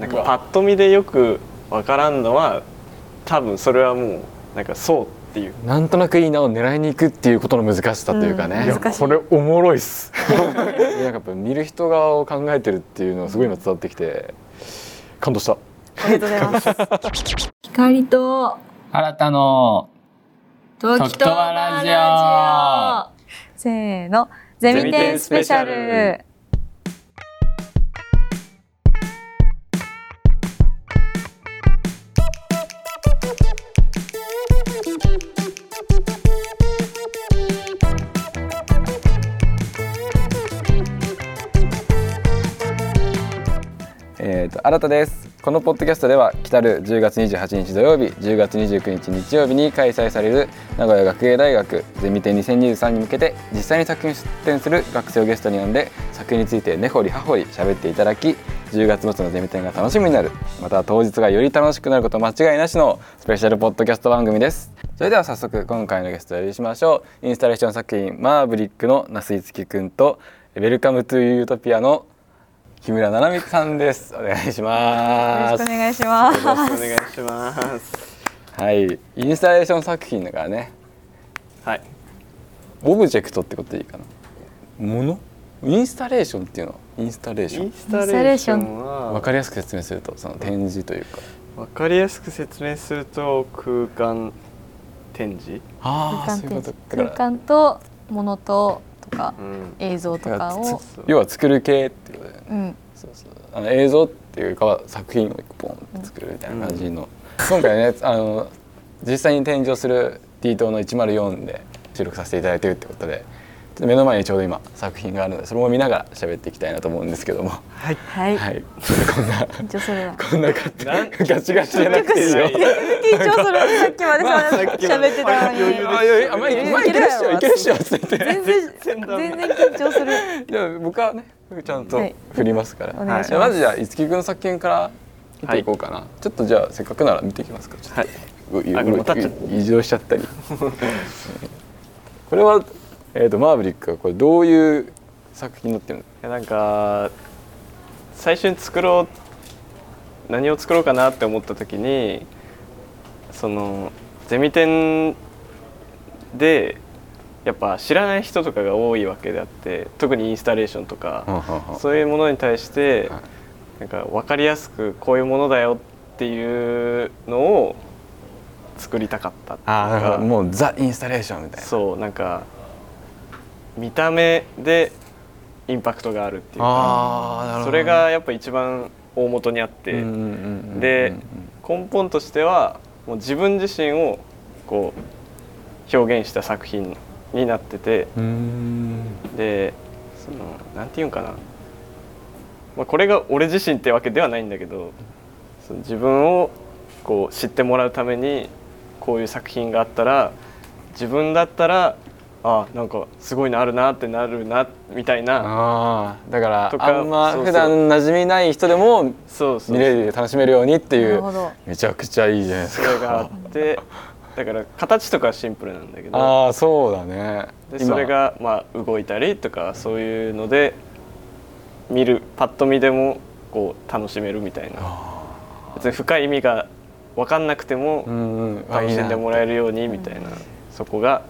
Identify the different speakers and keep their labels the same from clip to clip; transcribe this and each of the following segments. Speaker 1: なんかパッと見でよく分からんのは多分それはもうなんかそうって いう
Speaker 2: なんとなくいいなを狙いに行くっていうことの難しさというかね、
Speaker 3: うん
Speaker 2: いや
Speaker 3: 難しい
Speaker 2: これおもろいっす なんかやっぱ見る人側を考えてるっていうのがすごい今伝わってきて感動した
Speaker 3: ありがとうございます。
Speaker 4: 光と
Speaker 5: 新たの
Speaker 4: 時とわラジ
Speaker 5: ラ
Speaker 4: オせーのゼミ
Speaker 1: ゼミ
Speaker 4: 展
Speaker 1: 展
Speaker 4: ス
Speaker 1: ス
Speaker 4: ペ
Speaker 1: ペ
Speaker 4: シ
Speaker 1: シ
Speaker 4: ャ
Speaker 1: ャ
Speaker 4: ル
Speaker 1: ル
Speaker 2: えー、と新田ですこのポッドキャストでは来る10月28日土曜日10月29日日曜日に開催される名古屋学芸大学ゼミ展2023に向けて実際に作品を出展する学生をゲストに呼んで作品について根掘り葉掘り喋っていただき10月末のゼミ展が楽しみになるまた当日がより楽しくなること間違いなしのスペシャルポッドキャスト番組ですそれでは早速今回のゲストをお呼びしましょうインスタレーション作品マーブリックの那須樹くんとウェルカムトゥユートピアの木村七海さんです。お願いし
Speaker 4: よ
Speaker 2: ま
Speaker 4: ろ
Speaker 2: す。
Speaker 4: しくお願いし
Speaker 1: よろ
Speaker 4: ます
Speaker 1: しくお願いします
Speaker 2: はい、インスタレーション作品だからね、
Speaker 1: はい
Speaker 2: オブジェクトってことでいいかな。もの？インスタレーションっていうの、インスタレーシ
Speaker 1: イ
Speaker 2: ョン
Speaker 1: ン。スタレーション
Speaker 2: わ
Speaker 1: は
Speaker 2: かりやすく説明すると、その展示というか。
Speaker 1: 分かりやすく説明すると空間展示、
Speaker 2: ああ、
Speaker 4: 空間
Speaker 2: そういうことだか
Speaker 4: 空
Speaker 2: ら。
Speaker 4: 間と物ととか
Speaker 1: うん、
Speaker 4: 映像とかを
Speaker 1: そう
Speaker 2: 要は作る系ってことだよね。
Speaker 4: うん
Speaker 2: そうそうあの映像っていうよりかは作品を一本作るみたいな感じの、今回ねあの実際に展示をする D 棟の104で収録させていただいてるってことでちょっと目の前にちょうど今作品があるのでそれも見ながら喋っていきたいなと思うんですけども
Speaker 1: はい
Speaker 4: はい
Speaker 2: はいこんな
Speaker 4: 緊張するわ
Speaker 2: こんな勝手
Speaker 1: なん
Speaker 2: ガチガチじゃなくていいよ。
Speaker 4: 緊張するさっきまで
Speaker 1: さっきまで
Speaker 4: 喋ってたのに
Speaker 1: 余裕
Speaker 2: あいやいやあまりまあいけるっしょいけるっしょって言って
Speaker 4: 全然全
Speaker 1: 然ダメ
Speaker 4: 然緊張する
Speaker 2: でも僕はねちゃんと
Speaker 4: はい
Speaker 2: 振りますから、
Speaker 4: お願いします
Speaker 2: じゃあまずじゃあ樹君の作品から見ていこうかな、ちょっとじゃあせっかくなら見ていきますかちょっと
Speaker 1: はいう
Speaker 2: い
Speaker 1: あこれも立っちゃっ
Speaker 2: う異常しちゃったり これは、えー、とマーヴェリックはこれどういう作品になってる
Speaker 1: い
Speaker 2: の
Speaker 1: やなんか最初に作ろう何を作ろうかなって思った時にそのゼミ展でやっぱ知らない人とかが多いわけであって特にインスタレーションとか、
Speaker 2: は
Speaker 1: そういうものに対して、
Speaker 2: はい
Speaker 1: なんか分かりやすくこういうものだよっていうのを作りたかったっていう
Speaker 2: ああなる
Speaker 1: か
Speaker 2: ほどもうザ・インスタレーションみたいな
Speaker 1: そうなんか見た目でインパクトがあるっていうか。
Speaker 2: ああなるほど
Speaker 1: それがやっぱ一番大元にあって、
Speaker 2: うんうんうんうん
Speaker 1: で根本としてはもう自分自身をこう表現した作品になってて
Speaker 2: うーん
Speaker 1: でそのなんていうんかな、まあ、これが俺自身ってわけではないんだけどその自分をこう知ってもらうためにこういう作品があったら自分だったらあなんかすごいのあるなってなるなみたいな
Speaker 2: ああだから
Speaker 1: とか
Speaker 2: あんま
Speaker 1: そうそう
Speaker 2: 普段馴染みない人でも
Speaker 1: そうそうそう
Speaker 2: 見れる楽しめるようにって
Speaker 4: ないる
Speaker 2: う
Speaker 4: ほど
Speaker 2: めちゃくちゃいいじゃないです
Speaker 1: そ
Speaker 2: か
Speaker 1: れがあってだから形とかはシンプルなんだけど
Speaker 2: ああそうだね
Speaker 1: で
Speaker 2: 今
Speaker 1: それがまあ動いたりとかそういうので見るパッと見でもこう楽しめるみたいな別に深い意味が分かんなくて
Speaker 2: う
Speaker 1: も
Speaker 2: んうん
Speaker 1: 楽しんでもら
Speaker 2: え
Speaker 1: えるようにみたいなそこが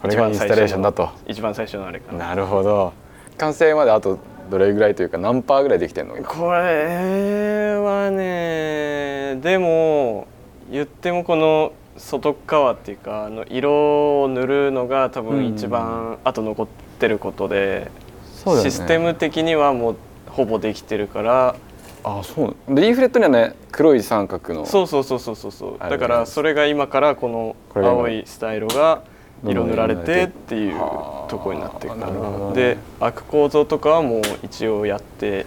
Speaker 2: これがインスタレーションだと
Speaker 1: 一番最初のあれかな。
Speaker 2: なるほど完成まであとどれぐらいというか何パーぐらいできてんの今
Speaker 1: これはねでも言ってもこの外側っていうかあの色を塗るのが多分一番あと残ってることで、
Speaker 2: そうだよね
Speaker 1: システム的にはもうほぼできてるから
Speaker 2: あそうリーフレットにはね黒い三角の
Speaker 1: そうそうそうそうそうそう
Speaker 2: あ
Speaker 1: だからそれが今からこ
Speaker 2: これ
Speaker 1: の
Speaker 2: が
Speaker 1: 青いスタイルが
Speaker 2: どんど
Speaker 1: 色
Speaker 2: ん
Speaker 1: 塗られ
Speaker 2: 色塗ら
Speaker 1: て
Speaker 2: れ
Speaker 1: ってていうとこになっていく
Speaker 2: はあなるほどね
Speaker 1: でアク構造とかはもう一応やって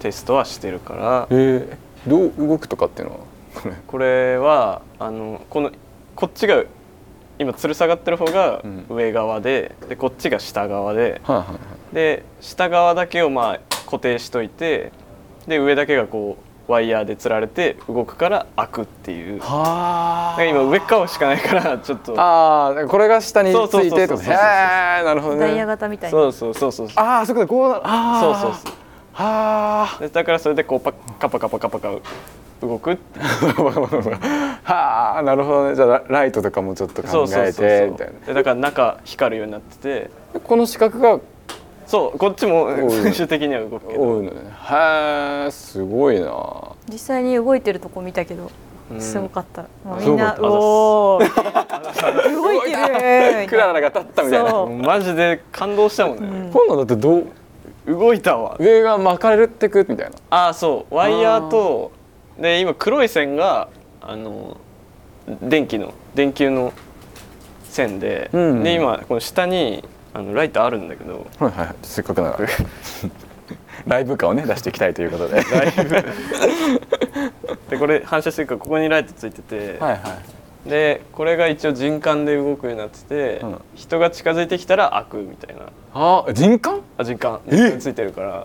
Speaker 1: テストはしてるから
Speaker 2: えーどう動くとかっていうのはこれ
Speaker 1: これはあのこのこっちが今吊る下がってる方が
Speaker 2: うん
Speaker 1: 上側で,、でこっちが下側で
Speaker 2: はいはいはい
Speaker 1: で下側だけをまあ固定しといてで上だけがこうワイヤーで吊られて動くから開くっていうだか
Speaker 2: は
Speaker 1: ら今上側しかないからちょっと
Speaker 2: ああーこれが下についてって
Speaker 1: そうそ
Speaker 2: こ
Speaker 1: うそう
Speaker 2: と
Speaker 1: そう
Speaker 2: へえなるほど
Speaker 4: ダイヤ
Speaker 2: ね
Speaker 4: 型みたいな
Speaker 1: そうそうそうそうそう
Speaker 2: ああそこでこうなあ
Speaker 1: そう
Speaker 2: あ
Speaker 1: そうそうはあだからそれでこうパカパカパカパカ動くっていう
Speaker 2: はあなるほどねじゃあラライトとかもちょっと
Speaker 1: そう
Speaker 2: 考
Speaker 1: そう
Speaker 2: え
Speaker 1: そう
Speaker 2: てみ
Speaker 1: そ
Speaker 2: たいう
Speaker 1: でだから中光るようになってて
Speaker 2: なこの四角が
Speaker 1: そうこっちも
Speaker 2: おう
Speaker 1: 最終的には動くけど
Speaker 2: 多いのねへえすごいな
Speaker 4: 実際に動いてるとこ見たけど
Speaker 1: うん
Speaker 4: すごかった、もう
Speaker 1: あ
Speaker 4: みんな
Speaker 1: す
Speaker 4: う
Speaker 1: ご
Speaker 4: おー動いてるみ
Speaker 2: ク
Speaker 4: たい
Speaker 2: ララ
Speaker 4: な
Speaker 2: が立ったみたいな
Speaker 4: そ
Speaker 1: マジで感動したもんね、
Speaker 4: うん
Speaker 2: 今度だってどう
Speaker 1: 動いたわ
Speaker 2: 上が巻かれてくみたいな
Speaker 1: ああそうワイヤーとで今黒い線があの電気の電球の線で、
Speaker 2: うん
Speaker 1: で今この下にあのライトあるんだけど
Speaker 2: はいはいはいせっかくなら ライブ感をね出していきたいということではい
Speaker 1: ライブでこれ反射してるからここにライトついてて、
Speaker 2: は
Speaker 1: でこれが一応人感で動くようになってて、
Speaker 2: うん
Speaker 1: 人が近づいてきたら開くみたいな
Speaker 2: あ人感
Speaker 1: あ人感
Speaker 2: え
Speaker 1: 人感ついてるから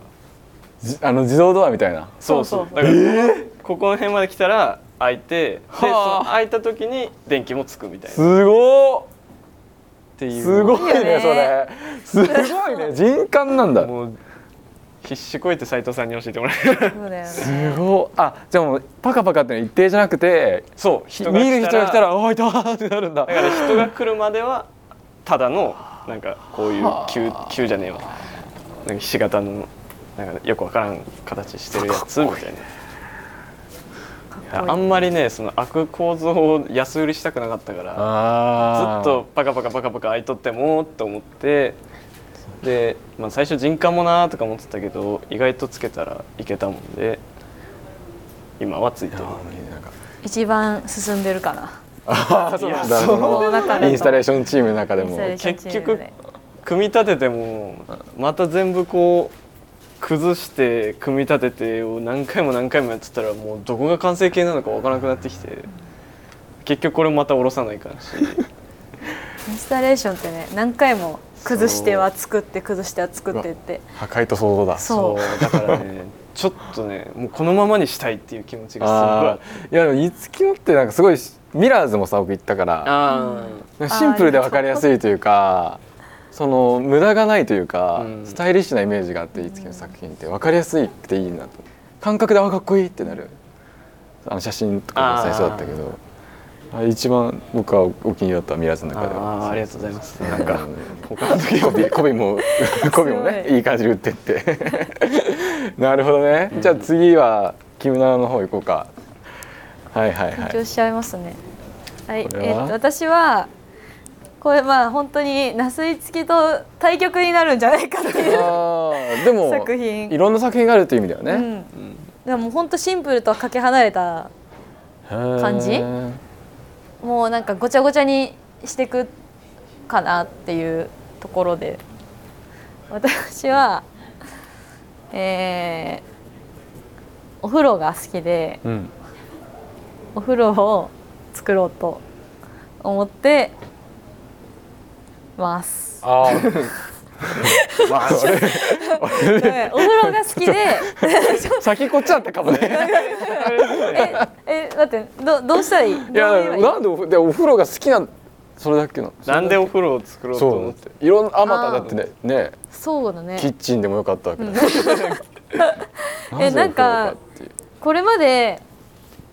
Speaker 2: じあの自動ドアみたいな
Speaker 1: そうそう
Speaker 4: そうそう
Speaker 1: だから、ここの辺まで来たら開いてでそ
Speaker 2: はあ
Speaker 1: の開いた時に電気もつくみたいなっ
Speaker 2: すごー
Speaker 1: ていう
Speaker 2: すごい
Speaker 4: いいよ
Speaker 2: ね
Speaker 4: ね
Speaker 2: それすごいね人感なんだ
Speaker 1: もう必死こいて斉藤さんに教えて もらえる
Speaker 4: そうだよ
Speaker 2: す
Speaker 4: ね
Speaker 2: ごいあじゃあもうパカパカっていうのは一定じゃなくて
Speaker 1: そう
Speaker 2: ひ見る人が来たら「おーいた!」ってなるんだ
Speaker 1: だから人が来るまではただのなんかこういう
Speaker 2: はあ
Speaker 1: 球球じゃねえわなんかひし形のなんかよくわからん形してるやつみたいな。
Speaker 4: かっこいい
Speaker 1: あんまりねその開く構造を安売りしたくなかったからず
Speaker 2: あ
Speaker 1: っ
Speaker 2: ー
Speaker 1: とパカパカパカパカ開いとってもと思ってで、まあ、最初人感もなーとか思ってたけど意外とつけたらいけたもんで今はついて
Speaker 2: い
Speaker 1: る
Speaker 2: やーいいねなんか
Speaker 4: 一番進んでるかな
Speaker 2: あーそうなんだこ
Speaker 4: この中
Speaker 2: の
Speaker 4: で
Speaker 2: インスタレーションチームの中でも
Speaker 4: インスタレーションチームで
Speaker 1: 組み立ててもまた全部こう崩して組み立ててを何回も何回もやってたらもうどこが完成形なのかわからなくなってきて結局これまた下ろさないかんし
Speaker 4: インスタレーションってね何回も崩しては作って崩しては作ってって
Speaker 2: 破壊と想像だ
Speaker 4: そう
Speaker 1: そうだからねちょっとねもうこのままにしたいっていう気持ちがすごいあ
Speaker 2: あ
Speaker 1: る
Speaker 2: ーいやでもいつきのってなんかすごいしミラーズもさ僕行ったから
Speaker 1: あ
Speaker 2: なんかシンプルで分かりやすいというかその無駄がないというか、
Speaker 1: うん
Speaker 2: スタイリッシュなイメージがあっていつきの作品って分かりやすいくていいなと感覚であかっこいいってなるあの写真とかも最初だったけどあれ一番僕はお気に入りだったミラーズの
Speaker 1: ー
Speaker 2: 中では
Speaker 1: あーありがとうございます
Speaker 2: な
Speaker 1: なんん
Speaker 2: か
Speaker 1: か
Speaker 2: 他の時 コビコビもコビもね
Speaker 4: すごい
Speaker 2: いい感じで打ってって なるほどね、じゃあ次はキムナナの方行こうかはいはいは
Speaker 4: 緊
Speaker 2: い
Speaker 4: 張しちゃいますねはい、
Speaker 2: これ
Speaker 4: え
Speaker 2: は
Speaker 4: っと私はこれまあ本当に那須いつきと対局になるんじゃないかっていう
Speaker 2: あーでも
Speaker 4: 作品
Speaker 2: いろんな作品があるという意味だよね、
Speaker 4: うん、でも本当シンプルとはかけ離れた感じ
Speaker 2: へー
Speaker 4: もうなんかごちゃごちゃにしていくかなっていうところで私はえーお風呂が好きで
Speaker 2: うん
Speaker 4: お風呂を作ろうと思って ます。
Speaker 2: あー まあそれ
Speaker 4: ごめんお風呂が好きで
Speaker 2: 先こっちだったかも ね
Speaker 4: ええ待ってどどうしたらいい
Speaker 2: いや
Speaker 4: どう言えばいい
Speaker 2: なんでお風でお風呂が好きなそれだっけな
Speaker 1: なんでお風呂を作ろうと
Speaker 2: そ
Speaker 1: 思っ
Speaker 2: う
Speaker 1: て
Speaker 2: いろんなあまただってねね
Speaker 4: そうだね
Speaker 2: キッチンでもよかったわけだよ、
Speaker 4: ん
Speaker 2: ぜ
Speaker 4: えなん
Speaker 2: お風呂
Speaker 4: か
Speaker 2: っていう
Speaker 4: これまで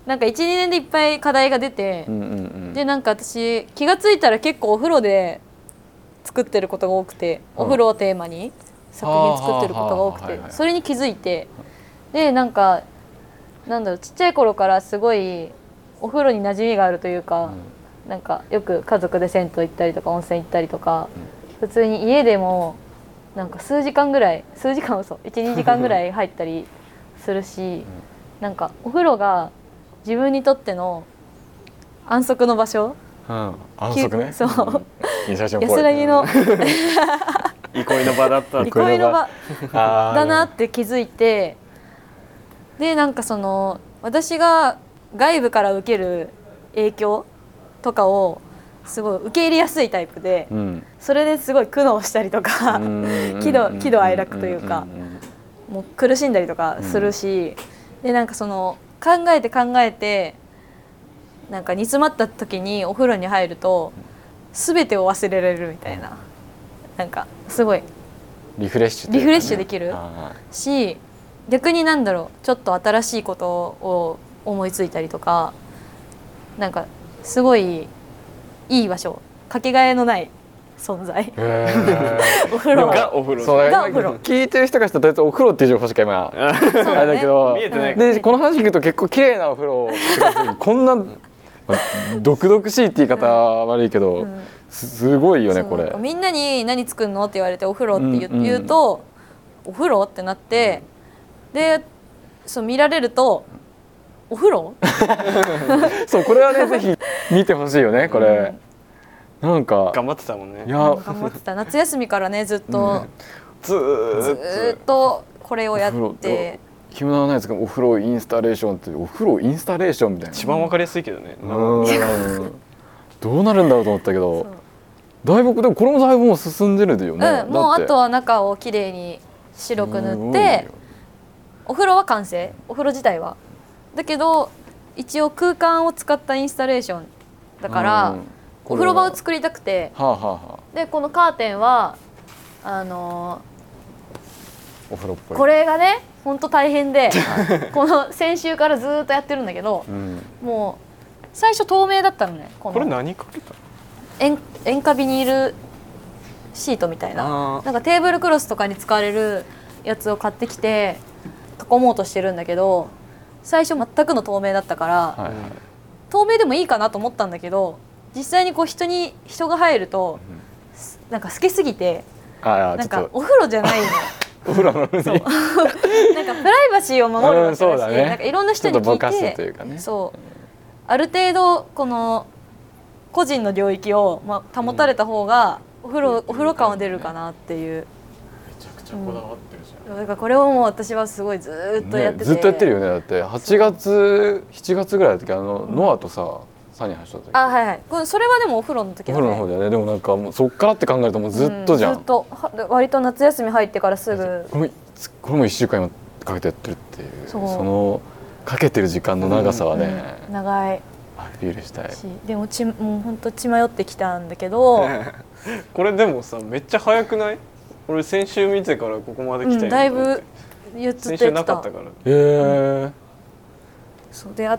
Speaker 4: なんか12年でいっぱい課題が出て
Speaker 2: う、んうんうん
Speaker 4: でなんか私気が付いたら結構お風呂で作ってることが多くて、
Speaker 2: うん
Speaker 4: お風呂をテーマに作品作ってることが多
Speaker 2: は
Speaker 4: く
Speaker 2: あはあはあは
Speaker 4: て
Speaker 2: いはい
Speaker 4: それに気づいてでなんかなんだろうちっちゃい頃からすごいお風呂に馴染みがあるというか、なんかよく家族で銭湯行ったりとか温泉行ったりとか、普通に家でもなんか数時間ぐらい数時 間嘘12時間ぐらい入ったりするし、なんかお風呂が自分にとっての安息の場所
Speaker 2: うん、安息ね。
Speaker 4: そう
Speaker 2: うん。写真
Speaker 4: 安ら ぎの。
Speaker 1: 憩いの場だったら
Speaker 4: 憩いの場だ
Speaker 2: だ
Speaker 4: なっ。て気づいてでなんかその私が外部から受ける影響とかをすごい受け入れやすいタイプで
Speaker 2: うん。
Speaker 4: それですごい苦悩したりとか、喜怒喜怒哀楽というかもう苦しんだりとかするし、でなんかその考えて考えてなんか煮詰まった時にお風呂に入ると全てを忘れられるみたいななんかすごい
Speaker 2: リフレッシュというかね。
Speaker 4: リフレッシュできる
Speaker 2: あ
Speaker 4: し逆になんだろうちょっと新しいことを思いついたりとかなんかすごいいい場所かけがえのない存 在お風呂
Speaker 1: がお風呂
Speaker 2: そうだ
Speaker 4: がお風呂
Speaker 2: 聞いてる人からしたらとりあえずお風呂っていう情報しか今あ
Speaker 4: そうね
Speaker 2: れだけど
Speaker 1: 見えてない
Speaker 2: でこの話聞くと結構綺麗なお風呂こんなまあ毒々しいって言い方は悪いけど、
Speaker 4: うん
Speaker 2: すすごいよね
Speaker 4: そう
Speaker 2: こ
Speaker 4: なん
Speaker 2: れ
Speaker 4: か。みんなに「何作るの?」って言われて「お風呂」って言う,、
Speaker 2: うんうん
Speaker 4: 言うと「お風呂?」ってなって、でそう見られると「お風呂?
Speaker 2: そうこれは ねぜひ見てほしいよねこれ。なんか
Speaker 1: 頑張ってたもんね
Speaker 2: い」や
Speaker 4: 頑張ってた夏休みからねずっと、
Speaker 1: ずーっ
Speaker 4: ず
Speaker 1: と
Speaker 4: ーっとこれをや
Speaker 2: お
Speaker 4: っ
Speaker 2: 風呂
Speaker 4: て
Speaker 2: 木村のやつがお風呂インスタレーションってお風呂インスタレーションみたいな。
Speaker 1: 一番わかりやすいけどね、
Speaker 2: うんどうなるんだろうと思ったけど
Speaker 4: そう
Speaker 2: だいぶでもこれもだいぶもう進んでるよね。
Speaker 4: うん、もうあと
Speaker 2: は
Speaker 4: は中をきれいに白く塗ってお風呂は完成お風呂自体はだけど一応空間を使ったインスタレーションだから、お風呂場を作りたくて
Speaker 2: はあ、はあはあ、
Speaker 4: でこのカーテンはあの
Speaker 2: お風呂っぽい
Speaker 4: ーこれがねほんと大変で この先週からずーっとやってるんだけど
Speaker 2: うん
Speaker 4: もう最初透明だったのねこ
Speaker 1: これ
Speaker 4: の
Speaker 1: 何かけたの
Speaker 4: 塩塩化ビニールシートみたいな
Speaker 1: あー
Speaker 4: なんかテーブルクロスとかに使われるやつを買ってきて囲もうとしてるんだけど最初全くの透明だったから、
Speaker 2: はいはい
Speaker 4: 透明でもいいかなと思ったんだけど実際にこう人に人が入ると、すなんか透けすぎて
Speaker 2: ああ
Speaker 4: なん
Speaker 2: ちょ
Speaker 4: か
Speaker 2: っと
Speaker 4: お風呂じゃないの
Speaker 2: お風呂なの に
Speaker 4: なんかプライバシーを守るわけだし、
Speaker 2: うんそうだね
Speaker 4: なんかいろんな人に
Speaker 2: ちょっと
Speaker 4: 聞
Speaker 2: ぼかす
Speaker 4: い
Speaker 2: と
Speaker 4: て
Speaker 2: いうかね
Speaker 4: そうある程度この個人の領域を、まあ、保たれた方がお風呂、お風呂感は出るかなっていう。
Speaker 1: めちゃくちゃこだわってるじ
Speaker 4: だからこれをもう私はすごいずーっとやってて、
Speaker 2: ねずっとやってるよねだって8月7月ぐらいの時あのノアとさサニー走った時
Speaker 4: あはいはいこれそれはでもお風呂の時
Speaker 2: お
Speaker 4: だ
Speaker 2: 風呂の方
Speaker 4: ね
Speaker 2: だよねでもなんかもうそっからって考えるともうずっとじゃ、
Speaker 4: うんずっとは割と夏休み入ってからすぐ
Speaker 2: これもこれも1週間今かけてやってるっていう
Speaker 4: そう
Speaker 2: のかけてる時間の長さはね、
Speaker 4: うん長い
Speaker 2: アピールしたい
Speaker 4: しでもちもう本当血迷ってきたんだけど、
Speaker 1: ゃんこれでもさめっちゃ早くない俺先週見てからここまで来
Speaker 4: う
Speaker 1: たよ、
Speaker 4: ん、だいぶ言っ
Speaker 1: 先
Speaker 4: て
Speaker 1: 週
Speaker 4: き
Speaker 1: な
Speaker 4: た
Speaker 1: かったから
Speaker 2: えー
Speaker 4: そうであ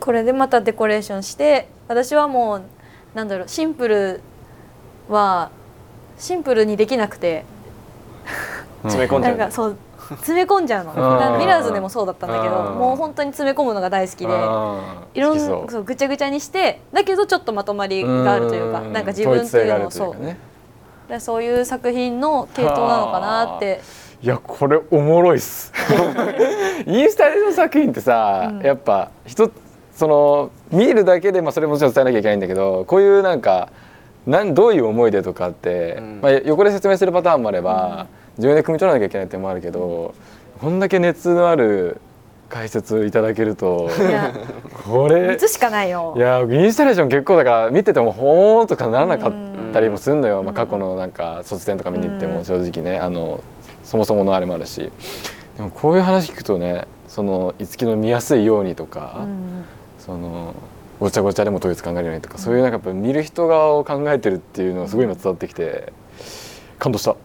Speaker 4: これでまたデコレーションして私はもうなんだろうシンプルはシンプルにできなくて
Speaker 1: 詰め込んじゃ
Speaker 4: な
Speaker 1: うん
Speaker 4: かそう詰め込んじゃうの
Speaker 2: あー
Speaker 4: だからミラーズでもそうだったんだけ
Speaker 2: あ
Speaker 4: ど
Speaker 2: ー
Speaker 4: もう本当に詰め込むのが大好きで
Speaker 2: あー
Speaker 4: いろ
Speaker 2: 好
Speaker 4: んな
Speaker 2: き
Speaker 4: そ
Speaker 2: そう
Speaker 4: ぐちゃぐちゃにしてだけどちょっとまとまりがあるというか
Speaker 2: ん
Speaker 4: なんか自分って
Speaker 2: 統一性
Speaker 4: いうのも
Speaker 2: があるとい
Speaker 4: そうう
Speaker 2: かね
Speaker 4: だからそういう作品の系統なのかなって
Speaker 2: いやこれおもろいっす インスタレーション作品ってさ、
Speaker 4: うん
Speaker 2: やっぱ人その見るだけで、まあ、それもちろん伝えなきゃいけないんだけどこういうなんかなんどういう思い出とかって、
Speaker 1: うん
Speaker 2: まあ、横で説明するパターンもあれば、自分で汲み取らなきゃいけない点もあるけど、こんだけ熱のある解説をいただける と
Speaker 4: いや
Speaker 2: これ
Speaker 4: 打つしかないよ
Speaker 2: いやインスタレーション結構だから見ててもほーんとかならなかったりもするのよ、
Speaker 4: ん
Speaker 2: まあ、過去のなんか卒展とか見に行って
Speaker 4: う
Speaker 2: も
Speaker 4: ん
Speaker 2: 正直ねあのそもそものあれもあるしでもこういう話聞くとねそのいつきの見やすいようにと
Speaker 4: う
Speaker 2: か、
Speaker 4: ん
Speaker 2: そのごちゃごちゃでも統一考えるようにとか、そういうなんかやっぱ見る人側を考えてるっていうのがすごい今伝わってきて感動した。
Speaker 4: あ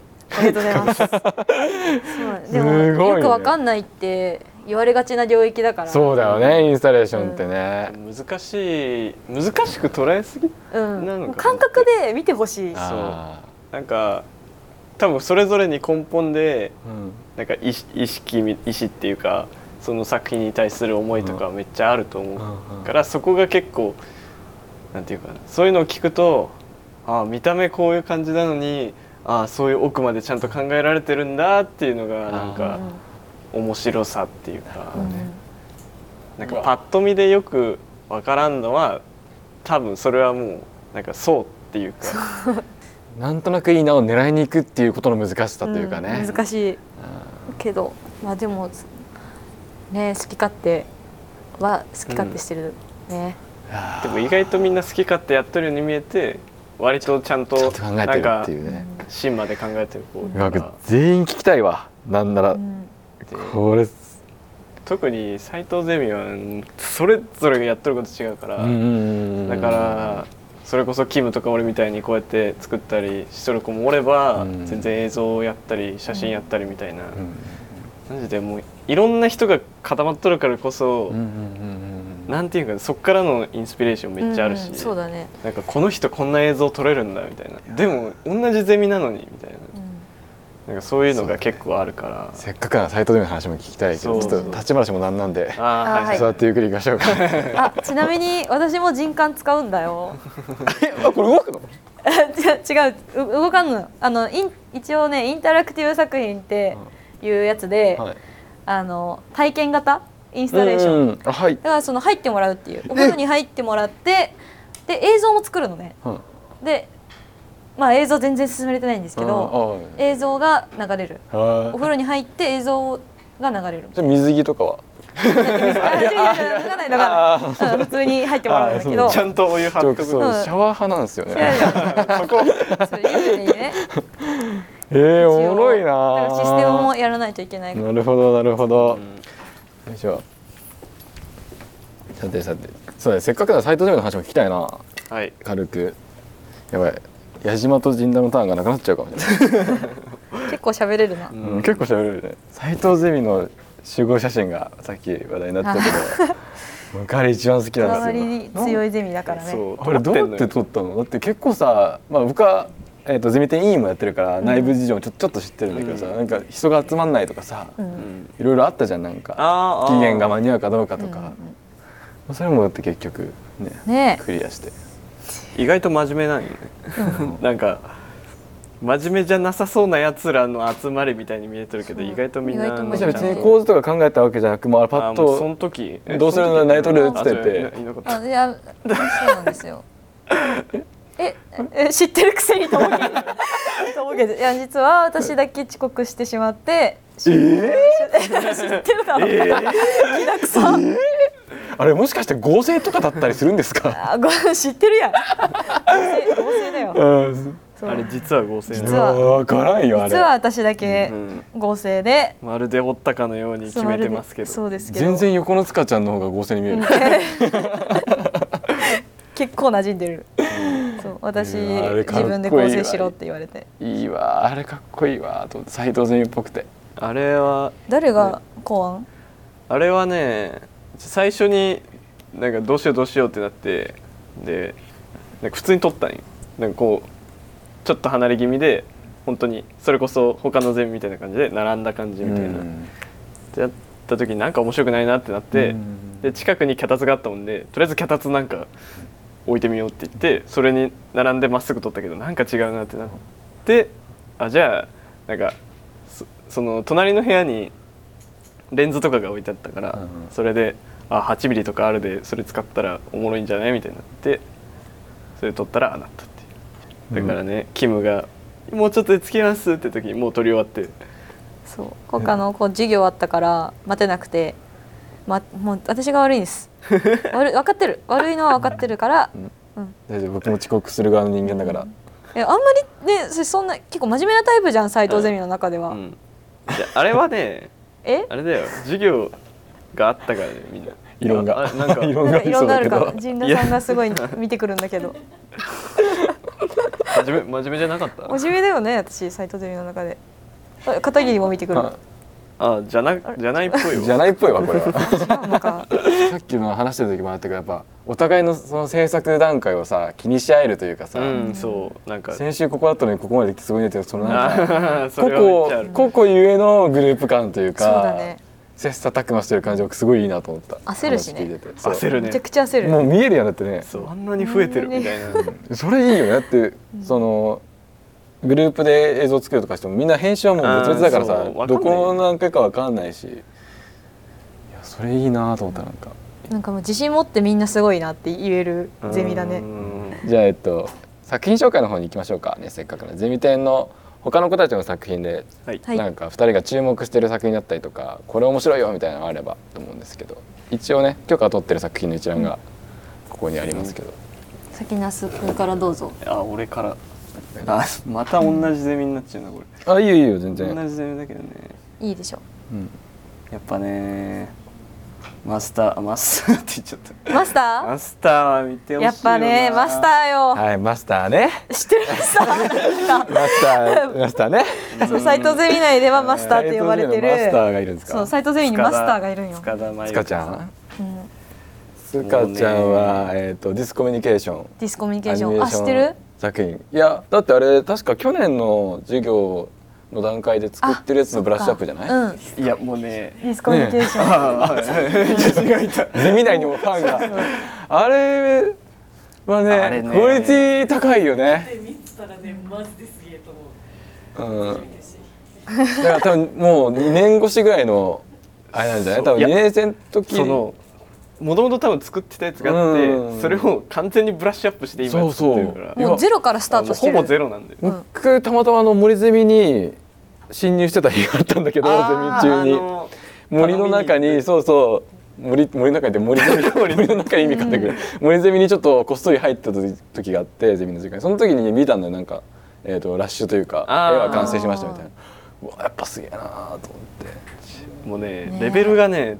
Speaker 4: りがとうござい ますそうでも
Speaker 2: すごいね
Speaker 4: よくわかんないって言われがちな領域だから
Speaker 2: そうだよねインスタレーションってね、
Speaker 1: 難しい難しく捉えすぎ
Speaker 4: うん
Speaker 1: なのかな
Speaker 4: 感覚で見てほしい
Speaker 2: あ
Speaker 1: なんか多分それぞれに根本で
Speaker 2: ーうん
Speaker 1: なんか意識意識み意思っていうかその作品に対する思いとかめっちゃあると思
Speaker 2: うんうん
Speaker 1: うからそこが結構なんていうかなそういうのを聞くとああ見た目こういう感じなのにああそういう奥までちゃんと考えられてるんだっていうのがなん
Speaker 4: う
Speaker 1: か
Speaker 4: ん
Speaker 1: 面白さっていうか
Speaker 4: うん
Speaker 1: なんかパッと見でよくわからんのは多分それはもうなんかそうっていうか
Speaker 2: なんとなくいいなを狙いに行くっていうことの難しさというかね、
Speaker 4: うん難しい
Speaker 2: うん
Speaker 4: けどまあでもね好き勝手は好き勝手してるね、
Speaker 1: でも意外とみんな好き勝手やってるように見えて割とちゃん
Speaker 2: ちょ
Speaker 1: と
Speaker 2: っと考
Speaker 1: な
Speaker 2: えて
Speaker 1: ん
Speaker 2: るっ
Speaker 1: か
Speaker 2: ていうね。
Speaker 1: 芯まで考えてる子
Speaker 2: う
Speaker 1: だか
Speaker 2: まく
Speaker 1: ら
Speaker 2: 全員聞きたいわ。なんなら、
Speaker 4: うん
Speaker 2: これ、
Speaker 1: 特に斎藤ゼミはうんそれぞれがやってること違うから、だからそれこそキムとか俺みたいにこうやって作ったりしとる子もおれば、
Speaker 2: うん
Speaker 1: 全然映像をやったり写真やったりみたいな、
Speaker 2: うん、
Speaker 1: マジでもういろんな人が固まっとるからこそ、
Speaker 2: うんうんうんうん
Speaker 1: なんていうかそっからのインスピレーションめっちゃあるし、
Speaker 4: うんうんそうだね、
Speaker 1: なんかこの人こんな映像撮れるんだみたいなでも同じゼミなのにみたいな
Speaker 4: うん
Speaker 1: なんかそういうのが結構あるから、
Speaker 2: せっかくなら斎藤での話も聞きたいけど
Speaker 1: そ
Speaker 2: ち
Speaker 1: う
Speaker 2: ょっと立ち話もなんなんで
Speaker 1: あー
Speaker 4: あー
Speaker 1: はい
Speaker 4: は
Speaker 2: 座ってゆっくり行きましょうか え
Speaker 4: あちなみに私も人感使うんだよ
Speaker 2: あこれ動くの
Speaker 4: 違うう動かんのあのイン一応ねインタラクティブ作品っていうやつで、
Speaker 2: はい
Speaker 4: あの体験型インスタレーション、
Speaker 2: うんうんあはい
Speaker 4: だからその入ってもらうっていうお風呂に入ってもらってで映像も作るのね
Speaker 2: うん
Speaker 4: でまあ映像全然進めれてないんですけど
Speaker 2: うんあ
Speaker 4: 映像が流れる
Speaker 2: はい
Speaker 4: お風呂に入って映像が流 れる
Speaker 2: じゃあ水着とかは
Speaker 4: あ違う違う脱がない脱が
Speaker 2: あ
Speaker 4: ないうん普通に入ってもらうんだけど
Speaker 2: あ
Speaker 1: ちゃんとお湯張っとく
Speaker 2: そう
Speaker 1: そ
Speaker 4: うん
Speaker 2: シャワー派なんですよ
Speaker 4: 違う違
Speaker 2: ね
Speaker 1: そこ
Speaker 4: うそういう意味でね
Speaker 2: えー、 おもろいな
Speaker 4: だから
Speaker 2: ー
Speaker 4: システムもやらないといけない
Speaker 2: なるほどなるほど、
Speaker 1: ん
Speaker 2: よいしょさてさてそうだねせっかくなら斎藤ジョの話も聞きたいな
Speaker 1: はい
Speaker 2: 軽くやばい矢島と陣田のターンがなくなっちゃうかもしれない、
Speaker 4: 結構喋れるな
Speaker 2: うん結構喋れるね斎藤ゼミの集合写真がさっき話題になってたけど僕あれ一番好き
Speaker 4: こだ
Speaker 2: な
Speaker 4: わ
Speaker 2: んで
Speaker 4: り
Speaker 2: すよ
Speaker 4: に強いゼミだからね
Speaker 1: そう
Speaker 2: あれどうやって撮ったのだって結構さ、まあ、僕は、えー、とゼミ店委員もやってるから内部事情もちょちょっと知ってるんだけどさ、
Speaker 1: うん
Speaker 2: なんか人が集まんないとかさ、
Speaker 4: う
Speaker 1: うんん
Speaker 2: いろいろあったじゃんなんか
Speaker 1: あーあ
Speaker 2: 期限が
Speaker 1: ま
Speaker 2: 間に合うかどうかと
Speaker 4: うん
Speaker 2: か、それもだって結局ね
Speaker 4: ねえ
Speaker 2: クリアして
Speaker 1: 意外と真面目なんよねなんか真面目じゃなさそうなやつらの集まりみたいに見えてるけど
Speaker 4: そう
Speaker 1: 意外とみんな
Speaker 4: 意外と真面目
Speaker 2: じゃあ別に
Speaker 1: う
Speaker 2: 構図とか考えたわけじゃなくもうあれパ
Speaker 1: パ
Speaker 2: ッ
Speaker 1: ッ
Speaker 2: と
Speaker 1: とその時え
Speaker 2: どうする
Speaker 1: その時
Speaker 2: 何撮る
Speaker 1: あ
Speaker 2: つってて
Speaker 1: 違ういなかった
Speaker 4: あいやそうなんで すよええ知ってるくせにとぼける とぼけていや実は私だけ遅刻してしまってえ知ってるだろ、きな臭
Speaker 2: あれもしかして合成とかだったりするんですか
Speaker 4: あご知ってるやん同性同性だよ
Speaker 2: うん
Speaker 4: そう
Speaker 1: あれ実は合成なの
Speaker 4: 実は
Speaker 2: 分からんよあれ
Speaker 4: 実は私だけ
Speaker 1: うん
Speaker 4: 合成で
Speaker 1: まるで折ったかのように決めてますけど
Speaker 4: そうですけど
Speaker 2: 全然横の塚ちゃんの方が合成に見える
Speaker 4: 結構馴染んでるそう私
Speaker 2: いやあれ
Speaker 4: 自
Speaker 2: かっこいいわ
Speaker 4: 分で合成しろって言われて
Speaker 2: いいわあれかっこいいわと思って斎藤ゼミっぽくて
Speaker 1: あれは
Speaker 4: 誰が考案
Speaker 1: あれはね最初になんかどうしようどうしようってなってでなんか普通に撮ったんよなんかこうちょっと離れ気味で本当にそれこそ他のゼミみたいな感じで並んだ感じみたいな、ってやった時になんか面白くないなってなって、
Speaker 2: うん
Speaker 1: で近くに脚立があったもんでとりあえず脚立なんか置いてみようって言ってそれに並んでまっすぐ撮ったけどなんか違うなってなってあじゃあなんかそその隣の部屋にレンズとかが置いてあったから、
Speaker 2: うん
Speaker 1: それであ8ミリとかあるでそれ使ったらおもろいんじゃないみたいになってそれ撮ったらああなったっていうだからね、キムが「もうちょっとでつけます」って時にもう撮り終わって
Speaker 4: そう他のこう授業あったから待てなくて、ま、もう私が悪いんです悪い分かってる悪いのは分かってるから、うん、
Speaker 2: 大丈夫僕も遅刻する側の人間だから
Speaker 4: えあんまりねそそんな結構真面目なタイプじゃん斎藤ゼミの中では、
Speaker 1: うん、いやあれはね
Speaker 4: え
Speaker 1: あれだよ授業があったからねみんな
Speaker 2: 異論が
Speaker 1: あなん か
Speaker 2: 異論
Speaker 4: な
Speaker 2: があ
Speaker 4: んか
Speaker 2: り
Speaker 4: い
Speaker 2: そう
Speaker 4: ろ
Speaker 2: ん
Speaker 4: なあ
Speaker 2: だけ
Speaker 4: るか
Speaker 2: ど
Speaker 4: ら陣田さんがすごい見てくるんだけど
Speaker 1: 真面目真面目じゃなかった
Speaker 4: 真面目だよね私斎藤ゼミの中であ片桐も見てくる
Speaker 2: は
Speaker 1: あじゃなじゃないっぽい
Speaker 2: い
Speaker 1: よ
Speaker 2: じゃないっぽいわこれは
Speaker 4: なんか
Speaker 2: さっきの話してる時もあったけどやっぱお互いのその制作段階をさ気にし合えるというかさ、
Speaker 1: うんそうなんか
Speaker 2: 先週ここだったのにここまで来てすごいねってそのなんか
Speaker 1: あ ーそ
Speaker 2: 個
Speaker 1: れはめっちゃあ
Speaker 2: 々
Speaker 1: る
Speaker 2: 個々ゆえのグループ感というか
Speaker 4: そうだね
Speaker 2: 切磋琢磨してる感じがすごいいいなと思った
Speaker 4: 焦るしね
Speaker 2: 話聞いててそう
Speaker 1: 焦る
Speaker 4: め
Speaker 1: ね
Speaker 4: ちゃくちゃ焦る
Speaker 2: もう見えるやんだってね
Speaker 1: そうあんなに増えてるみたいな
Speaker 2: それいいよねだって、そのグループで映像作るとかしてもみんな編集はもう別々だから
Speaker 1: あーそう
Speaker 2: さ
Speaker 1: わかんない
Speaker 2: どこの段階かわかんないしいやそれいいなと思ったなんか
Speaker 4: なんかもう自信持ってみんなすごいなって言えるゼミだ
Speaker 1: う
Speaker 4: ね
Speaker 1: ん
Speaker 2: じゃあえっと作品紹介の方に行きましょうかねせっかくなのでゼミ展の他の子たちの作品で、
Speaker 1: はい
Speaker 4: はい
Speaker 2: なんか2人が注目してる作品だったりとかこれ面白いよみたいなのがあればと思うんですけど一応ね許可取ってる作品の一覧がここにありますけど、
Speaker 4: 先那須君からどうぞ
Speaker 1: あ俺からあまた同じゼミになっちゃうなこれ
Speaker 2: あいいよいいよ全然、
Speaker 1: 同じゼミだけどね
Speaker 4: いいでしょ
Speaker 2: うん
Speaker 1: やっぱねマスターあマスター って言っちゃった
Speaker 4: マスタ
Speaker 1: マスターは見てほしい
Speaker 4: ー
Speaker 1: よな
Speaker 4: やっぱねマスターよ、
Speaker 2: はいマスターね
Speaker 4: 知ってるマスターなんか
Speaker 2: マスター マスターね
Speaker 4: そう斎藤ゼミ内ではマスターって呼ばれて
Speaker 2: マスタ
Speaker 4: る
Speaker 2: ーがいるんです
Speaker 4: そう
Speaker 2: か
Speaker 4: 斎藤ゼミにマスターがいるんよ
Speaker 1: 塚田真由
Speaker 2: ス
Speaker 1: 子
Speaker 2: カちゃん
Speaker 4: うん
Speaker 2: スカちゃんはえっとディスコミュニケーション
Speaker 4: ディスコミュニケ
Speaker 2: ア
Speaker 4: ーシ
Speaker 2: ニ
Speaker 4: ョン
Speaker 2: メー
Speaker 4: あ
Speaker 2: シ
Speaker 4: 知
Speaker 2: ョ
Speaker 4: っ
Speaker 2: ン
Speaker 4: てる
Speaker 2: 作品いやだってあれ確か去年の授業の段階で作ってるやつのブラッシュアップじゃない、
Speaker 4: うんデ
Speaker 1: いやもう ね
Speaker 4: ィスコミュニケーション、
Speaker 2: ゼミ内にもファンがあれはね
Speaker 1: あれね
Speaker 2: クオリティ高いよね、
Speaker 3: で見てたらねマジですげえと思う
Speaker 2: うん、
Speaker 3: 見てし
Speaker 2: だから多分もう2年越しぐらいのあれなんじゃない
Speaker 1: そ
Speaker 2: 多
Speaker 1: う
Speaker 2: 分
Speaker 1: いや
Speaker 2: 2年生の 時
Speaker 1: そのもともと多分作ってたやつがあっ
Speaker 2: うん
Speaker 1: てそれを完全にブラッシュアップして今作ってるから
Speaker 2: そうそう
Speaker 4: もうゼロからスタートして
Speaker 1: ほ
Speaker 4: る
Speaker 1: ぼゼロなんで
Speaker 2: 僕たまたまあの森ゼミに侵入してた日があったんだけどゼミ中に森の中
Speaker 1: 頼みに行
Speaker 2: にそうそう森森の中にって 森ゼミ森の中に意味かってくる、森ゼミにちょっとこっそり入った時があってゼミの時間にその時に見たのよなんか、えー、とラッシュというか
Speaker 1: あー
Speaker 2: 絵は完成しましたみたいなうわやっぱすげえなーと思っ
Speaker 1: もうね
Speaker 4: ね
Speaker 1: レベルがね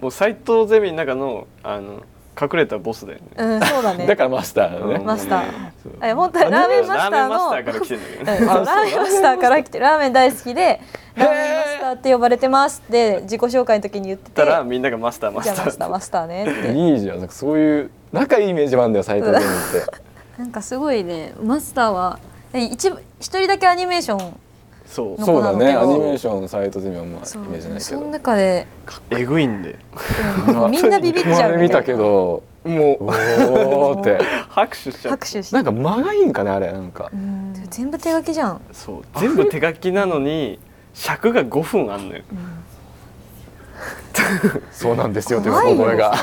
Speaker 1: もう斎藤ゼミの中のあの隠れたボスだよね
Speaker 4: うんそうだ
Speaker 2: て、
Speaker 4: ね
Speaker 2: だからマスターだね、
Speaker 1: うん
Speaker 4: マスター
Speaker 1: そう
Speaker 4: え本当はラーメンマスターの
Speaker 1: ラーメンマスターから来てんだけどね
Speaker 4: うんそうラーメンマスターから来てラーメン大好きで ラーメンマスターって呼ばれてますって自己紹介の時に言って
Speaker 1: た
Speaker 4: て
Speaker 1: らみんながマスターマ
Speaker 4: じゃ
Speaker 1: スタ
Speaker 4: あマスター
Speaker 1: ー
Speaker 4: マスターねって
Speaker 2: いいじゃんなんかそういう仲いいイメージもあるんだよ斎藤ゼミって
Speaker 4: なんかすごいねマスターはえ一部一人だけアニメーション
Speaker 1: そう
Speaker 4: の
Speaker 2: そうだね
Speaker 4: な
Speaker 2: ア
Speaker 4: んか
Speaker 2: ニメーションの斎藤ゼミはまあイメージないけ
Speaker 4: その
Speaker 2: ど
Speaker 4: 中で
Speaker 1: えぐいんで
Speaker 4: うんみんなビビっちゃう
Speaker 2: あれ見たけど
Speaker 1: もう
Speaker 2: おーって
Speaker 1: 拍手しちゃう
Speaker 4: 拍手して
Speaker 2: なんか間がいいんかねあれなんか
Speaker 4: うん全部手書きじゃん
Speaker 1: そう全部手書きなのに尺が5分あんのよ
Speaker 2: そうなんですよという小声が。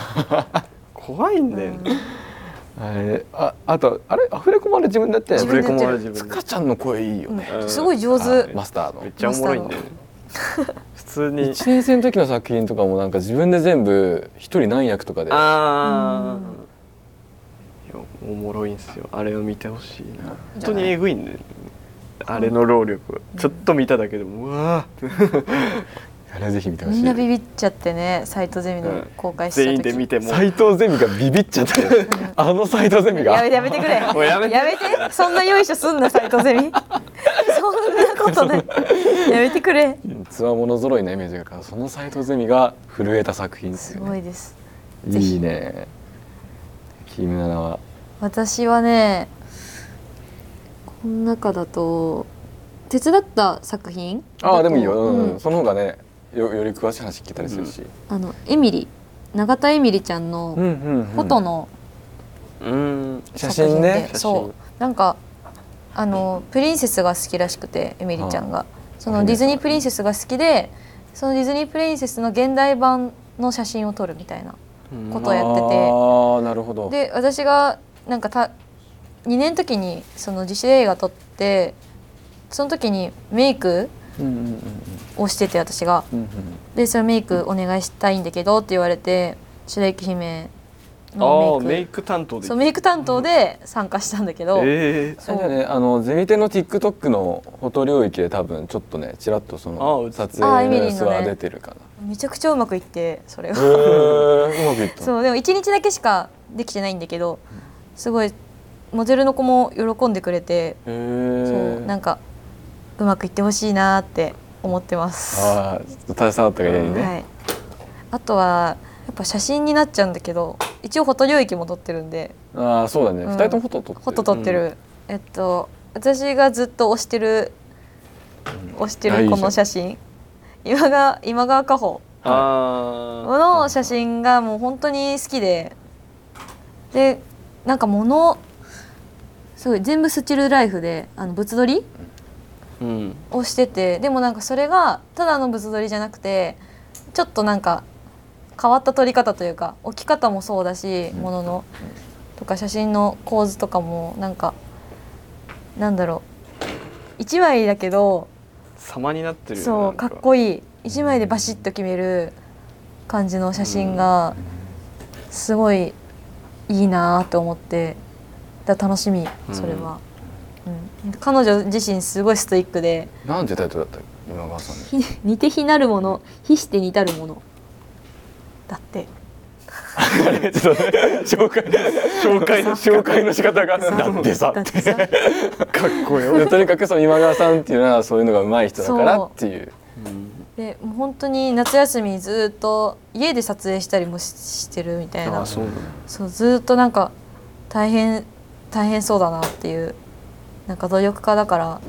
Speaker 1: 怖いんだよね
Speaker 2: あれああとあれアフレコもあれ自分だって
Speaker 4: 自分でやっ
Speaker 1: 自
Speaker 4: てる
Speaker 1: 分で
Speaker 2: スカちゃんの声いいよね、
Speaker 1: うん
Speaker 4: すごい上手
Speaker 2: あマスターの
Speaker 1: めっちゃおもろいんだよね普通に
Speaker 2: 1年生の時の作品とかもなんか自分で全部一人何役とかで
Speaker 1: ああ、いやおもろいんですよあれを見てほしいな本当にえぐいんだよねあれの労力はちょっと見ただけでもうわ
Speaker 2: あれぜひ見てほしい
Speaker 4: みんなビビっちゃってねサイトゼミの公
Speaker 1: ー
Speaker 4: 開した時
Speaker 1: 全員で見ても
Speaker 2: 斎藤ゼミがビビっちゃってあの斎藤ゼミが
Speaker 4: やめてやめてくれや
Speaker 1: もうやめて
Speaker 4: そんなよいしょすんな斎藤ゼミそんなことないやめてくれ
Speaker 2: つわもの揃いのイメージがあるからその斎藤ゼミが震えた作品です
Speaker 4: す
Speaker 2: よ
Speaker 4: ご
Speaker 2: ね
Speaker 4: いです
Speaker 2: い
Speaker 4: ぜひ
Speaker 2: いね君ならは
Speaker 4: 私はねこの中だと手伝った作品
Speaker 2: ああでもいいよ、うん
Speaker 4: うん
Speaker 2: その方がねよより詳しい話聞けたりするし、
Speaker 4: あのエミリ永田エミリちゃ
Speaker 2: う
Speaker 4: ん
Speaker 2: ん
Speaker 4: の
Speaker 2: うんうん
Speaker 4: フォトの
Speaker 1: うん
Speaker 2: 写
Speaker 4: 作
Speaker 2: 真
Speaker 4: 品で、
Speaker 2: ね
Speaker 4: そうなんかあのプリンセスが好きらしくてエミリちゃんがそ
Speaker 2: あ
Speaker 4: のディズニープリンセスが好きでそのディズニープリンセスの現代版の写真を撮るみたいなことをやってて
Speaker 2: ああなるほど
Speaker 4: で私がなんかた2年の時にその自主映画撮ってその時にメイク
Speaker 2: うんうんうん
Speaker 4: をしてて私が
Speaker 2: うんうん
Speaker 4: でそのメイクお願いしたいんだけどって言われて白雪姫
Speaker 1: あ
Speaker 4: の
Speaker 1: あメ
Speaker 4: メ
Speaker 1: イ
Speaker 4: イ
Speaker 1: ク
Speaker 4: ク
Speaker 1: 担当で
Speaker 4: そうメイク担当で参加したんだけど、
Speaker 1: ええ
Speaker 2: あれだよねあのゼミテの TikTok のフォト領域で多分ちょっとねちらっとそ
Speaker 1: あー映
Speaker 2: の
Speaker 1: って
Speaker 2: 撮影の様子
Speaker 4: あーエミリーの
Speaker 2: は
Speaker 4: ね
Speaker 2: 出てるか
Speaker 4: めちゃくちゃうまくいってそれ
Speaker 2: な、
Speaker 4: が、
Speaker 2: へーうまくいった
Speaker 4: そうでも1日だけしかできてないんだけどすごいモデルの子も喜んでくれて、
Speaker 2: へ
Speaker 4: そうな
Speaker 2: ー
Speaker 4: んかうまくいってほしいなって思ってます。
Speaker 2: ああちょっと携わったがゆえにね、
Speaker 4: はい、あとはやっぱ写真になっちゃうんだけど一応フォト領域も撮ってるんで
Speaker 2: ああそうだね、
Speaker 4: うん
Speaker 2: 二人ともフォト撮ってる
Speaker 4: フォト撮ってる、えっと私がずっと推してる推して
Speaker 2: あいいじ
Speaker 4: る
Speaker 2: ゃん
Speaker 4: この写真今が今川佳穂
Speaker 1: あ
Speaker 4: の写真がもう本当に好きででなんか物すごい全部スチールライフであの物撮り
Speaker 1: あうん
Speaker 4: をしててでもなんかそれがただの物撮りじゃなくてちょっとなんか変わった撮り方というか置き方もそうだしもののとか写真の構図とかもなんかなんだろう1枚だけど
Speaker 1: 様になってるよね
Speaker 4: そうか
Speaker 1: な
Speaker 4: っ
Speaker 1: ん
Speaker 4: こいい1枚でバシッと決める感じの写真がすごいいいなと思ってだ楽しみそれは。うん、彼女自身すごいストイックで
Speaker 2: なんてタイトルだった今川さんの
Speaker 4: ひ似て非なるもの非して似たるものだって
Speaker 2: ちょっと紹介
Speaker 1: 紹介の紹介の仕方が
Speaker 2: だってさ
Speaker 4: だってさ
Speaker 1: かっこよ
Speaker 2: でとにかくその今川さんっていうのはそういうのが上手い人だからっていう
Speaker 4: でもう本当に夏休みずっと家で撮影したりもししてるみたいな
Speaker 1: そうなんだ
Speaker 4: そうずっとなんか大変大変そうだなっていうなんか努力家だから、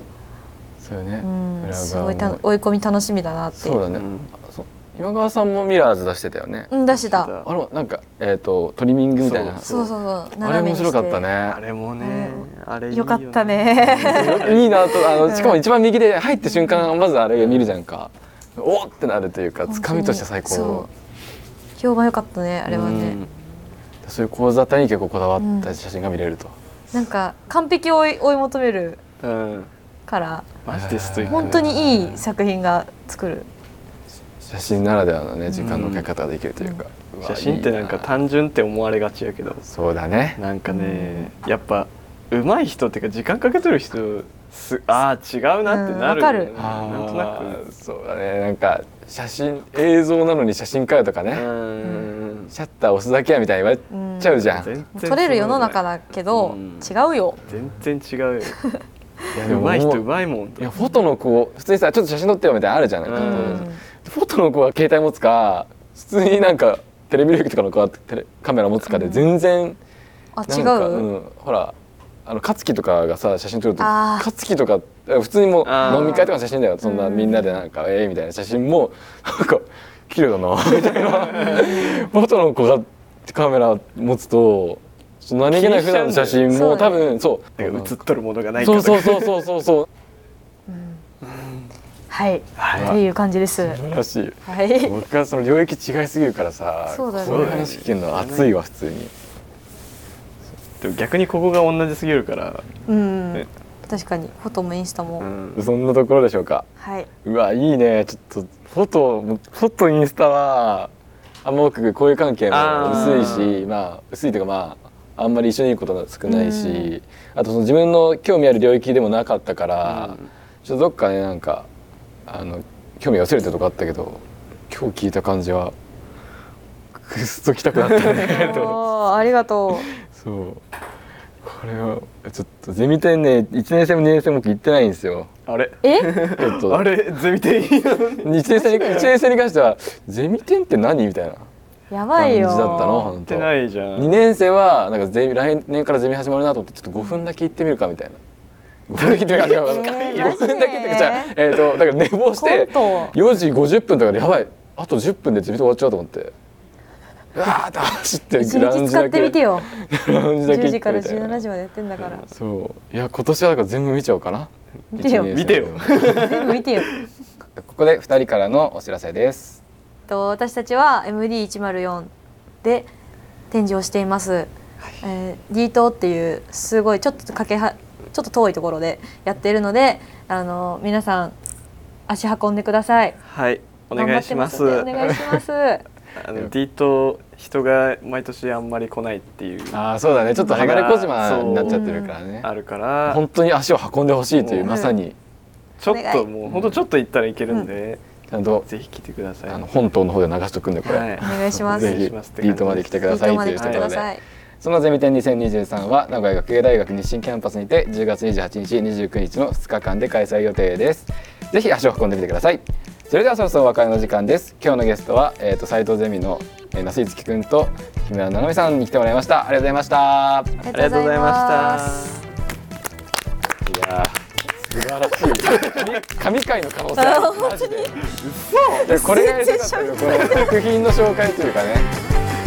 Speaker 2: そうよね
Speaker 4: うん、
Speaker 2: 裏側も
Speaker 4: すごいた追い込み楽しみだなってい
Speaker 2: そう
Speaker 4: う
Speaker 2: だね、
Speaker 1: うん
Speaker 2: そう今川さんもミラーズ出してたよね、
Speaker 4: うん出してた
Speaker 1: 出
Speaker 2: あれもなんかえっ、とトリミングみたいな
Speaker 4: そうそうそう
Speaker 2: あれ
Speaker 4: 斜め
Speaker 2: 面
Speaker 4: にして
Speaker 2: 白かったね
Speaker 1: あれもねあれいい
Speaker 4: よか
Speaker 1: ね
Speaker 4: ったね
Speaker 2: いいなとあのしかも一番右で入って瞬間まずあれ見るじゃんかおっってなるというかつかみとして最高
Speaker 4: そ
Speaker 2: そう
Speaker 4: 評判良かったねあれはね、
Speaker 1: うん
Speaker 2: ういう講座体に結構こだわった写真が見れると、
Speaker 4: なんか完璧を追い追い求める
Speaker 1: うん
Speaker 4: から
Speaker 1: マジでストイック
Speaker 4: 本当にいい作品が作る
Speaker 2: 写真ならではのね時間のかけ方ができるというか、うわ
Speaker 1: 写真ってなんか
Speaker 2: いい
Speaker 1: 単純って思われがちやけど
Speaker 2: そうだね
Speaker 1: なんかねやっぱ上手い人っていうか時間かけてる人すああ違うなってなるよね、
Speaker 4: うんわ
Speaker 2: あー
Speaker 1: なんとなく
Speaker 2: そうだねなんか写真映像なのに写真かよとかね、
Speaker 1: うん
Speaker 2: シャッター押すだけやみたいに言われちゃうじゃん、
Speaker 1: 全然
Speaker 4: 撮れる世の中だけど、
Speaker 1: うん
Speaker 4: 違うよ
Speaker 1: 全然違うよ
Speaker 2: いやでも
Speaker 1: 上手い人
Speaker 2: もう
Speaker 1: 上手いもん
Speaker 2: いやフォトの子普通にさちょっと写真撮ってよみたいなのあるじゃない、
Speaker 1: うん
Speaker 2: フォトの子は携帯持つか普通になんかテレビ力とかの子はテレカメラ持つかで全然
Speaker 4: あ
Speaker 2: な
Speaker 4: 違
Speaker 2: ん
Speaker 4: う
Speaker 2: か、ん、ほらあの勝樹とかがさ写真撮ると
Speaker 4: あー
Speaker 2: 勝樹とか普通にも
Speaker 1: あ
Speaker 2: う
Speaker 1: ー
Speaker 2: 飲み会とかの写真だよそんな
Speaker 4: うん
Speaker 2: みんなでなんか、ええみたいな写真もなんか綺麗だな みたいなフォトの子がカメラ持つとその何気ない普段の写真も多分そう
Speaker 1: だから映っとるものがないか
Speaker 2: そう
Speaker 1: ら
Speaker 2: そうそうそうそうそう
Speaker 4: はい、
Speaker 1: はい
Speaker 4: っていう感じですは
Speaker 2: 素晴らしい
Speaker 4: い
Speaker 2: 僕はその領域違いすぎるからさ
Speaker 4: そうだね
Speaker 2: こういう話聞けるのは熱いわ普通に
Speaker 1: でも逆にここが同じすぎるから、
Speaker 4: うん
Speaker 1: ね
Speaker 4: 確かにフォトもインスタも、
Speaker 1: うん
Speaker 2: そんなところでしょうか
Speaker 4: はいう
Speaker 2: わいいねちょっとフォトフォトインスタはあんま僕交友関係も薄いし
Speaker 1: あー
Speaker 2: まあ薄いというかまああんまり一緒にいることが少ないし、
Speaker 4: うん
Speaker 2: あとその自分の興味ある領域でもなかったから、
Speaker 1: うん
Speaker 2: ちょっとどっかねなんかあの興味が薄れてるとこあったけど今日聞いた感じはぐっときたくなったね
Speaker 4: あーありがと
Speaker 2: そうこれはちょっとゼミ展ね1年生も2年生も僕行ってないんですよ
Speaker 1: あれ
Speaker 4: うえ
Speaker 2: ちょっと
Speaker 1: あれゼミ店員なのに
Speaker 2: 一年生に一年生に関してはゼミ展って何みたいな
Speaker 4: やば
Speaker 2: 感
Speaker 4: い
Speaker 2: じだ
Speaker 4: よ
Speaker 2: ったの
Speaker 1: 行っ
Speaker 2: 本当
Speaker 1: てないじゃ
Speaker 2: 2
Speaker 1: ん
Speaker 2: 年生はなんかゼミ来年からゼミ始まるなと思ってちょっと5分だけ行ってみるかみたいな5分だ け行ってみるかみたいな
Speaker 4: えー
Speaker 2: 5分だけっていう
Speaker 4: マジで
Speaker 2: かじゃあえっとだから寝坊して
Speaker 4: コント
Speaker 2: 4時50分だからやばいあと10分でゼミ終わっちゃうと思ってうわーって走って
Speaker 4: 一
Speaker 2: ラウン
Speaker 4: 日
Speaker 2: ジ
Speaker 4: 使
Speaker 2: だけ
Speaker 4: ってみてよ
Speaker 2: ラウンジだけ行ってみたいな
Speaker 4: 10時から17時までやってんだから
Speaker 2: そういや今年はだから全部見ちゃおうかな
Speaker 4: 見てよ
Speaker 2: 一年生
Speaker 1: 見てよ
Speaker 4: 全部見てよ
Speaker 2: ここで2人からのお知らせです
Speaker 4: えっと私たちは MD104 で展示をしています、えー D 島っていうすごいちょっとかけはちょっと遠いところでやっているのであの皆さん足運んでください
Speaker 1: はいお願いします
Speaker 4: 頑張って ますんでお願いしま
Speaker 1: あの D と人が毎年あんまり来ないっていう
Speaker 2: ああそうだねちょっと離れ小島になっちゃってるからね
Speaker 1: あるから
Speaker 2: 本当に足を運んでほしいといううんまさに
Speaker 1: ちょっ
Speaker 4: お願い
Speaker 1: ともう本当ちょっと行ったらいけるんで、
Speaker 2: ちゃんと
Speaker 1: ぜひ来てください
Speaker 2: あの本島の方で流しとくんでこれ、
Speaker 1: はい
Speaker 4: すお願いします
Speaker 2: ぜ
Speaker 1: お
Speaker 2: ひ
Speaker 1: 願
Speaker 2: ビ
Speaker 1: いします
Speaker 2: ートまで来てくださいと
Speaker 4: 東ま
Speaker 2: い
Speaker 4: で
Speaker 2: う
Speaker 4: 来
Speaker 2: と
Speaker 4: て
Speaker 2: ころ
Speaker 4: くだ
Speaker 2: で、
Speaker 4: さい
Speaker 2: そのゼミ展2023は名古屋学芸大学日清キャンパスにて10月28日29日の2日間で開催予定ですぜひ足を運んでみてくださいそれではそろそろお別れの時間です今日のゲストは、えー、と斉藤ゼミの、えー、那須樹くんと木村七海さんに来てもらいましたありがとうございました
Speaker 4: ありがとうございます
Speaker 2: いやー素晴らしい神神回の可能性あるマジで嘘これがやりたかったよこの作品の紹介というかね